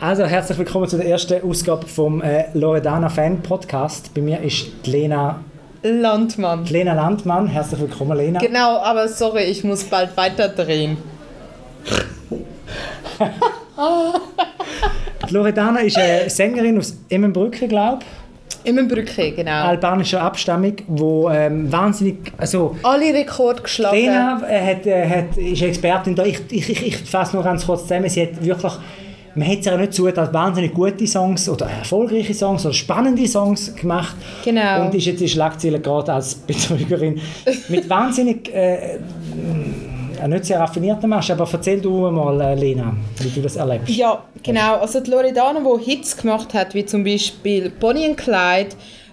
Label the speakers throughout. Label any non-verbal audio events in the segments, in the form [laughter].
Speaker 1: Also herzlich willkommen zu der ersten Ausgabe vom äh, Loredana Fan Podcast. Bei mir ist die Lena,
Speaker 2: Landmann.
Speaker 1: die Lena Landmann. Herzlich willkommen, Lena.
Speaker 2: Genau, aber sorry, ich muss bald weiterdrehen.
Speaker 1: Die Loredana ist eine Sängerin aus Immenbrücken, glaube ich,
Speaker 2: Immenbrücke, genau.
Speaker 1: albanischer Abstammung, wo ähm, wahnsinnig, also
Speaker 2: Alle Rekorde geschlagen.
Speaker 1: Lena äh, hat, äh, hat, ist Expertin da. Ich, ich, ich, ich fasse nur ganz kurz zusammen. Sie hat wirklich, man hat es ja nicht zugetan, wahnsinnig gute Songs oder erfolgreiche Songs oder spannende Songs gemacht.
Speaker 2: Genau.
Speaker 1: Und ist jetzt in Schlagzeilen gerade als Betrügerin. Mit wahnsinnig, äh, mh, nicht sehr raffinierter Mensch. Aber erzähl du mal, äh, Lena, wie du das erlebst.
Speaker 2: Ja, genau. Also die Loredana, die Hits gemacht hat, wie zum Beispiel Bonnie and Clyde,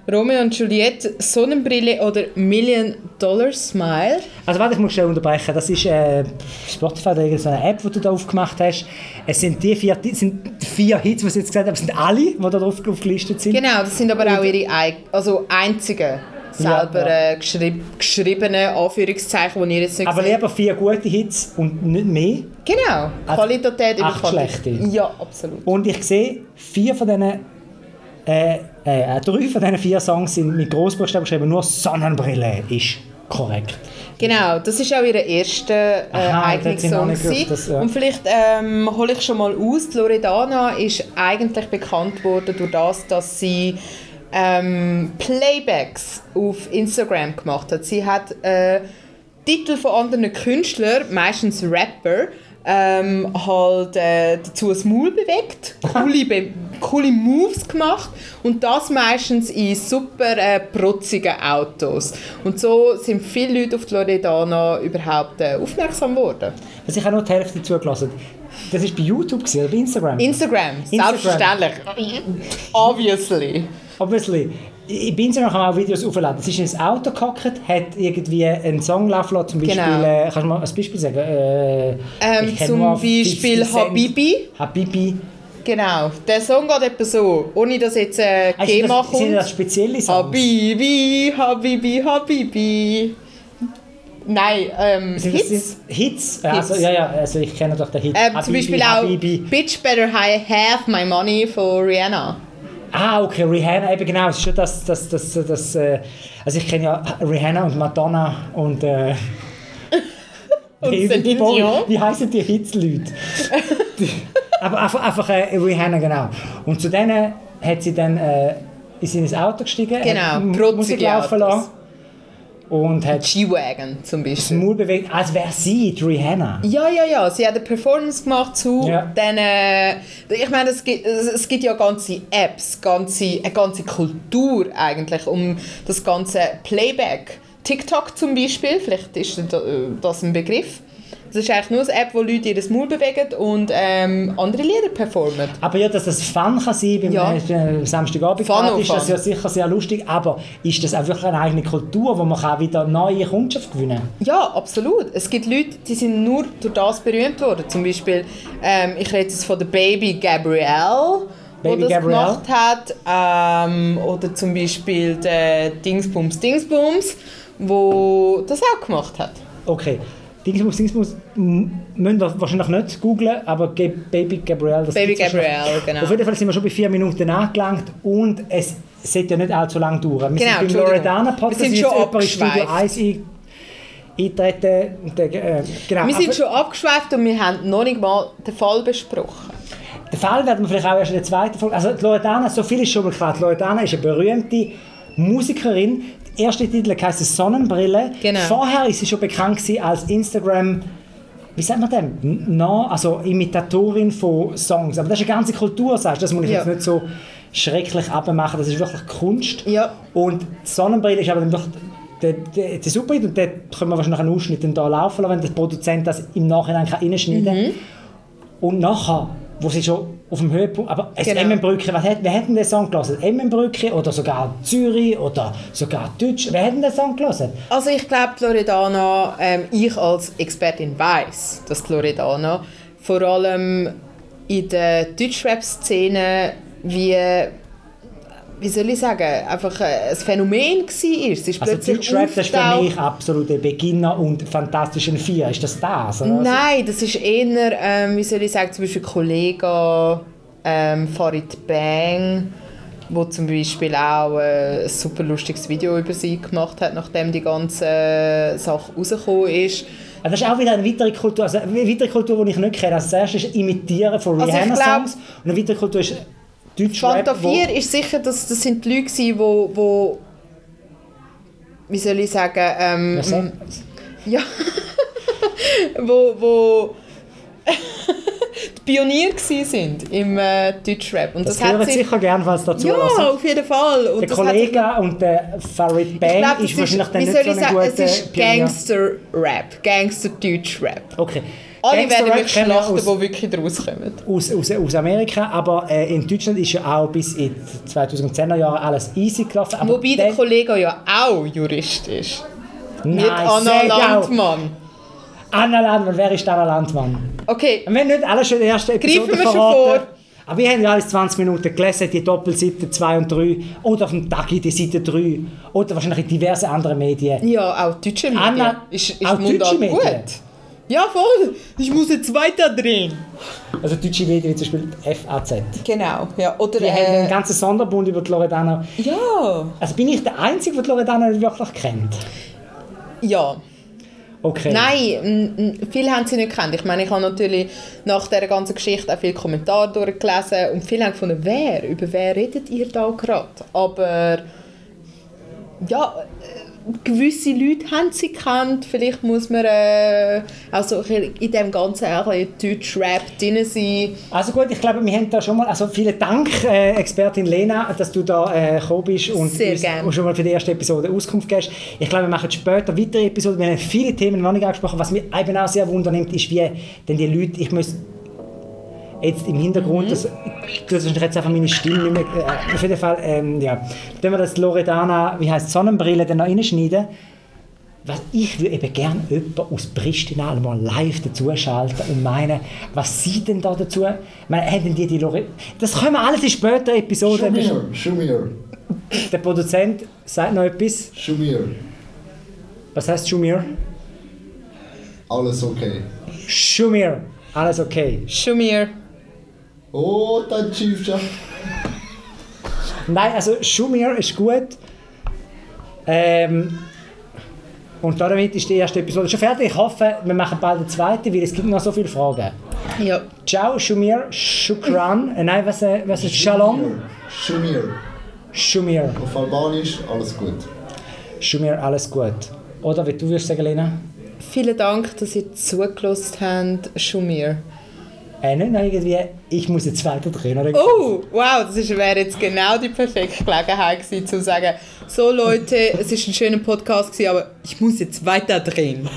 Speaker 2: Romeo und Juliet, Sonnenbrille oder Million Dollar Smile.
Speaker 1: Also warte, ich muss schnell unterbrechen. Das ist äh, Spotify, da ist so eine App, die du da aufgemacht hast. Es sind die vier, die sind vier Hits, was ich jetzt gesagt habe, es sind alle, die da drauf aufgelistet sind.
Speaker 2: Genau, das sind aber auch ihre eig also einzigen selber äh, geschrieb geschriebenen Anführungszeichen, die ihr jetzt nicht
Speaker 1: Aber
Speaker 2: seht.
Speaker 1: lieber vier gute Hits und nicht mehr.
Speaker 2: Genau,
Speaker 1: Also
Speaker 2: Qualität über
Speaker 1: acht
Speaker 2: Quantität.
Speaker 1: schlechte.
Speaker 2: Ja, absolut.
Speaker 1: Und ich sehe, vier von diesen, äh, äh, drei von diesen vier Songs sind mit Großbuchstaben geschrieben, nur Sonnenbrille ist korrekt.
Speaker 2: Genau, das ist auch ihr erster äh,
Speaker 1: Aha, das
Speaker 2: eigener
Speaker 1: hat sie noch
Speaker 2: Song.
Speaker 1: nicht gewusst,
Speaker 2: gewesen.
Speaker 1: das, ja.
Speaker 2: Und vielleicht ähm, hole ich schon mal aus, die Loredana ist eigentlich bekannt worden durch das, dass sie ähm, Playbacks auf Instagram gemacht hat. Sie hat äh, Titel von anderen Künstlern, meistens Rapper, ähm, halt äh, dazu das Maul bewegt, coole, Be coole Moves gemacht und das meistens in super äh, protzigen Autos. Und so sind viele Leute auf die Loredana überhaupt äh, aufmerksam geworden.
Speaker 1: Also ich habe nur die Hälfte zugelassen. Das war bei YouTube gewesen, oder bei Instagram?
Speaker 2: Instagram, Mhm.
Speaker 1: Instagram.
Speaker 2: selbstverständlich. Obviously.
Speaker 1: Obviously. I- Bei Instagram kann man auch Videos aufladen. Sie ist ins Auto gehockt, hat irgendwie einen Song laufen lassen, zum Beispiel,
Speaker 2: Genau.
Speaker 1: äh, kannst du mal ein Beispiel sagen? Äh,
Speaker 2: Ähm,
Speaker 1: ich kenn
Speaker 2: zum
Speaker 1: nur 50
Speaker 2: Beispiel
Speaker 1: Cent.
Speaker 2: Habibi.
Speaker 1: Habibi.
Speaker 2: Genau, der Song geht etwa so, ohne dass jetzt äh,
Speaker 1: Ah, sind
Speaker 2: GEMA
Speaker 1: das, sind
Speaker 2: kommt.
Speaker 1: das spezielle Songs?
Speaker 2: Habibi, Habibi, Habibi. Nein, ähm,
Speaker 1: Sind Also das
Speaker 2: Hits.
Speaker 1: die- Hits? Also, ja, ja, also ich kenne doch den Hit.
Speaker 2: Ähm, zum
Speaker 1: Habibi,
Speaker 2: Beispiel auch
Speaker 1: Habibi.
Speaker 2: Bitch Better I Have My Money von Rihanna.
Speaker 1: Ah, okay, Rihanna, eben genau. Es ist schon das, das, das, das, äh, also ich kenne ja Rihanna und Madonna und, äh,
Speaker 2: [laughs] Und
Speaker 1: David
Speaker 2: Celine
Speaker 1: Bowie.
Speaker 2: Dion.
Speaker 1: Wie heißen die
Speaker 2: [laughs]
Speaker 1: Hitsleute? Die- Aber einfach, einfach äh, Rihanna, genau. Und zu denen hat sie dann äh, ist in sein Auto gestiegen,
Speaker 2: Genau,
Speaker 1: hat M-
Speaker 2: protzige
Speaker 1: Musik laufen
Speaker 2: Autos.
Speaker 1: lassen und hat
Speaker 2: G-Wagon zum
Speaker 1: den
Speaker 2: Beispiel.
Speaker 1: Mund bewegt, als wäre sie die Rihanna.
Speaker 2: Ja, ja, ja, sie hat eine Performance gemacht zu
Speaker 1: Ja.
Speaker 2: diesen... Äh, ich meine, es gibt, es es gibt ja ganze Apps, ganze, eine ganze Kultur eigentlich um das ganze Playback. TikTok zum Beispiel, vielleicht ist da- äh, das ein Begriff. Das ist eigentlich nur eine App, wo Leute ihr Maul bewegen und ähm, andere Lieder performen.
Speaker 1: Aber ja, dass das Fun kann sein beim
Speaker 2: Ja.
Speaker 1: ja. Samstagabend
Speaker 2: Fun
Speaker 1: Party,
Speaker 2: und
Speaker 1: ist das
Speaker 2: Fun.
Speaker 1: ja sicher sehr lustig, aber ist das auch wirklich eine eigene Kultur, wo man kann wieder neue Kundschaft gewinnen kann?
Speaker 2: Ja, absolut. Es gibt Leute, die sind nur durch das berühmt worden. Zum Beispiel, ähm, ich rede jetzt von der Baby Gabrielle, die
Speaker 1: Baby
Speaker 2: das
Speaker 1: Gabrielle.
Speaker 2: gemacht hat. Ähm, oder zum Beispiel der Dingsbums Dingsbums, wo das auch gemacht hat.
Speaker 1: Okay. Dingsbums, Dingsbums, m- müssen wir wahrscheinlich nicht googeln, aber Ge- Baby Gabrielle, das
Speaker 2: Baby
Speaker 1: gibt's wahrscheinlich.
Speaker 2: Gabrielle, genau.
Speaker 1: Auf jeden Fall sind wir schon bei vier Minuten angelangt und es sollte ja nicht allzu lange dauern. Wir
Speaker 2: Genau,
Speaker 1: sind beim
Speaker 2: Entschuldigung.
Speaker 1: Loredana-Podcast,
Speaker 2: Wir sind
Speaker 1: jetzt
Speaker 2: schon
Speaker 1: jemand in Studio
Speaker 2: abgeschweift.
Speaker 1: 1 ein- eingetreten. und der- äh, Genau.
Speaker 2: Wir
Speaker 1: aber-
Speaker 2: sind schon abgeschweift und wir haben noch nicht mal den Fall besprochen.
Speaker 1: Den Fall werden wir vielleicht auch erst in der zweiten Folge. Also, die Loredana, so viel ist schon mal klar. Die Loredana ist eine berühmte Musikerin. Der erste Titel heisst Sonnenbrille.
Speaker 2: Genau.
Speaker 1: Vorher ist sie schon bekannt gewesen als Instagram. Wie sagt man dem? N- No, also Imitatorin von Songs. Aber das ist eine ganze Kultur, sagst du. Das muss ich
Speaker 2: Ja.
Speaker 1: jetzt nicht so schrecklich abmachen. Das ist wirklich Kunst.
Speaker 2: Ja.
Speaker 1: Und die Sonnenbrille ist aber dann doch der, der, der super und dort können wir wahrscheinlich einen Ausschnitt dann da laufen lassen, wenn der Produzent das im Nachhinein kann reinschneiden kann.
Speaker 2: Mhm.
Speaker 1: Und nachher, wo sie schon auf dem Höhepunkt, aber es
Speaker 2: Genau.
Speaker 1: Emmenbrücke, wer hat, wer hat denn den Song gelesen? Emmenbrücke oder sogar Zürich oder sogar Deutsch, wer hat denn den Song gelesen?
Speaker 2: Also ich glaube, die Loredana, ähm, ich als Expertin weiß, dass die Loredana vor allem in der Deutschrap-Szene wie, wie soll ich sagen, einfach äh, ein Phänomen war. Sie ist
Speaker 1: Also
Speaker 2: plötzlich
Speaker 1: Deutschrap, das ist für
Speaker 2: aufgetaucht.
Speaker 1: mich absolut der Beginner und Fantastischen Vier, ist das das? oder?
Speaker 2: Nein, das ist eher, ähm, wie soll ich sagen, zum Beispiel Kollega, ähm, Farid Bang, wo zum Beispiel auch äh, ein super lustiges Video über sie gemacht hat, nachdem die ganze Sache rausgekommen ist.
Speaker 1: Also das ist auch wieder eine weitere Kultur, also eine weitere Kultur, die ich nicht kenne. Also das erste ist Imitieren von
Speaker 2: Also ich
Speaker 1: Rihanna-Songs und eine weitere Kultur ist Deutschrap,
Speaker 2: Fanta
Speaker 1: wo-
Speaker 2: 4 ist sicher, dass das sind die Leute gewesen, wo, wo wie soll ich sagen, ähm,
Speaker 1: Was sagt-
Speaker 2: ja, [laughs] wo, wo [laughs] die Pionier gewesen sind im äh, Deutschrap und das,
Speaker 1: Das,
Speaker 2: hat
Speaker 1: hören
Speaker 2: sich
Speaker 1: sicher gerne, falls dazu also.
Speaker 2: ja auf jeden Fall und
Speaker 1: Der
Speaker 2: das hat sich-
Speaker 1: Kollege und der Farid
Speaker 2: ich
Speaker 1: Bang
Speaker 2: glaub, das
Speaker 1: ist wahrscheinlich dann
Speaker 2: wie
Speaker 1: nicht
Speaker 2: soll
Speaker 1: so
Speaker 2: ich
Speaker 1: ein
Speaker 2: sagen,
Speaker 1: guter
Speaker 2: es ist
Speaker 1: Pionier.
Speaker 2: Gangster Rap, Gangster Deutschrap.
Speaker 1: Okay.
Speaker 2: Alle
Speaker 1: Gangster
Speaker 2: werden
Speaker 1: Rap
Speaker 2: mich
Speaker 1: kennen wir
Speaker 2: schlachten,
Speaker 1: aus-
Speaker 2: die wirklich rauskommen.
Speaker 1: aus, aus, aus Amerika, aber äh, in Deutschland ist ja auch bis in die 2010er Jahre alles easy gelaufen. Aber
Speaker 2: Wobei der Kollege ja auch Jurist ist. Mit Anna
Speaker 1: Nein, Landmann.
Speaker 2: Landmann.
Speaker 1: Anna Landmann, wer ist Anna Landmann?
Speaker 2: Okay,
Speaker 1: Wir haben nicht alle schon in der ersten Episode
Speaker 2: Greifen wir schon
Speaker 1: verraten.
Speaker 2: vor.
Speaker 1: Aber wir haben ja alles 20 Minuten gelesen, die Doppelseite 2 und 3 oder auf dem Tagi die Seite 3 oder wahrscheinlich in diversen anderen Medien.
Speaker 2: Ja, auch deutsche Medien.
Speaker 1: Anna,
Speaker 2: ist, ist
Speaker 1: auch
Speaker 2: Mundart
Speaker 1: deutsche Medien?
Speaker 2: gut. Ja, voll. Ich muss jetzt weiterdrehen.
Speaker 1: Also deutsche Medien, wie zum Beispiel FAZ.
Speaker 2: Genau, ja. Oder,
Speaker 1: Die haben einen
Speaker 2: äh,
Speaker 1: ganzen Sonderbund über die Loredana.
Speaker 2: ja.
Speaker 1: Also bin ich der Einzige, der die Loredana nicht wirklich kennt?
Speaker 2: Ja.
Speaker 1: Okay.
Speaker 2: Nein, m- m- viele haben sie nicht gekannt. Ich meine, ich habe natürlich nach dieser ganzen Geschichte auch viele Kommentare durchgelesen und viele haben gefunden, wer, über wer redet ihr da gerade? Aber ja, äh, gewisse Leute haben sie gekannt. Vielleicht muss man äh, also in dem Ganzen auch ein bisschen Deutsch-Rap drin sein.
Speaker 1: Also gut, ich glaube, wir haben da schon mal, also vielen Dank, äh, Expertin Lena, dass du da äh, gekommen bist und,
Speaker 2: Sehr
Speaker 1: uns,
Speaker 2: gerne.
Speaker 1: und schon mal für die erste Episode Auskunft gibst. Ich glaube, wir machen später weitere Episoden. Wir haben viele Themen noch nicht angesprochen. Was mich eben auch sehr wundernimmt, ist, wie denn die Leute, ich muss jetzt im Hintergrund, das, das ist jetzt einfach meine Stimme nicht mehr, äh, auf jeden Fall, ähm, ja. Wenn wir das Loredana, wie heißt Sonnenbrille, dann noch reinschneiden, was ich würde eben gerne jemanden aus Pristina mal live dazuschalten und meinen, was sie denn da dazu? Ich meine, haben denn die die Lore Das können wir alles in späteren Episoden.
Speaker 3: Schumir, Schumir,
Speaker 1: Der Produzent sagt noch etwas.
Speaker 3: Schumir,
Speaker 1: Was heißt Schumir?
Speaker 3: alles okay.
Speaker 1: Schumir. Alles okay.
Speaker 2: Schumir.
Speaker 3: Oh, dein Chief Chef.
Speaker 1: Nein, also Schumir ist gut. Ähm, und damit ist die erste Episode schon fertig. Ich hoffe, wir machen bald eine zweite, weil es gibt noch so viele Fragen.
Speaker 2: Ja.
Speaker 1: Ciao, Schumir, Shukran. Äh, nein, was, äh, was ist Shalom?
Speaker 3: Schumir,
Speaker 1: Schumir.
Speaker 3: auf Albanisch, alles gut.
Speaker 1: schon mir alles gut. Oder wie du würdest sagen, Lena?
Speaker 2: Vielen Dank, dass ihr zugelassen habt. Schumir.
Speaker 1: Äh, nicht noch irgendwie, ich muss jetzt weiter drehen. Oder?
Speaker 2: Oh, wow, das ist- wäre jetzt genau die perfekte Gelegenheit gewesen, zu sagen, so Leute, es ist ein schöner Podcast gewesen, aber ich muss jetzt weiterdrehen.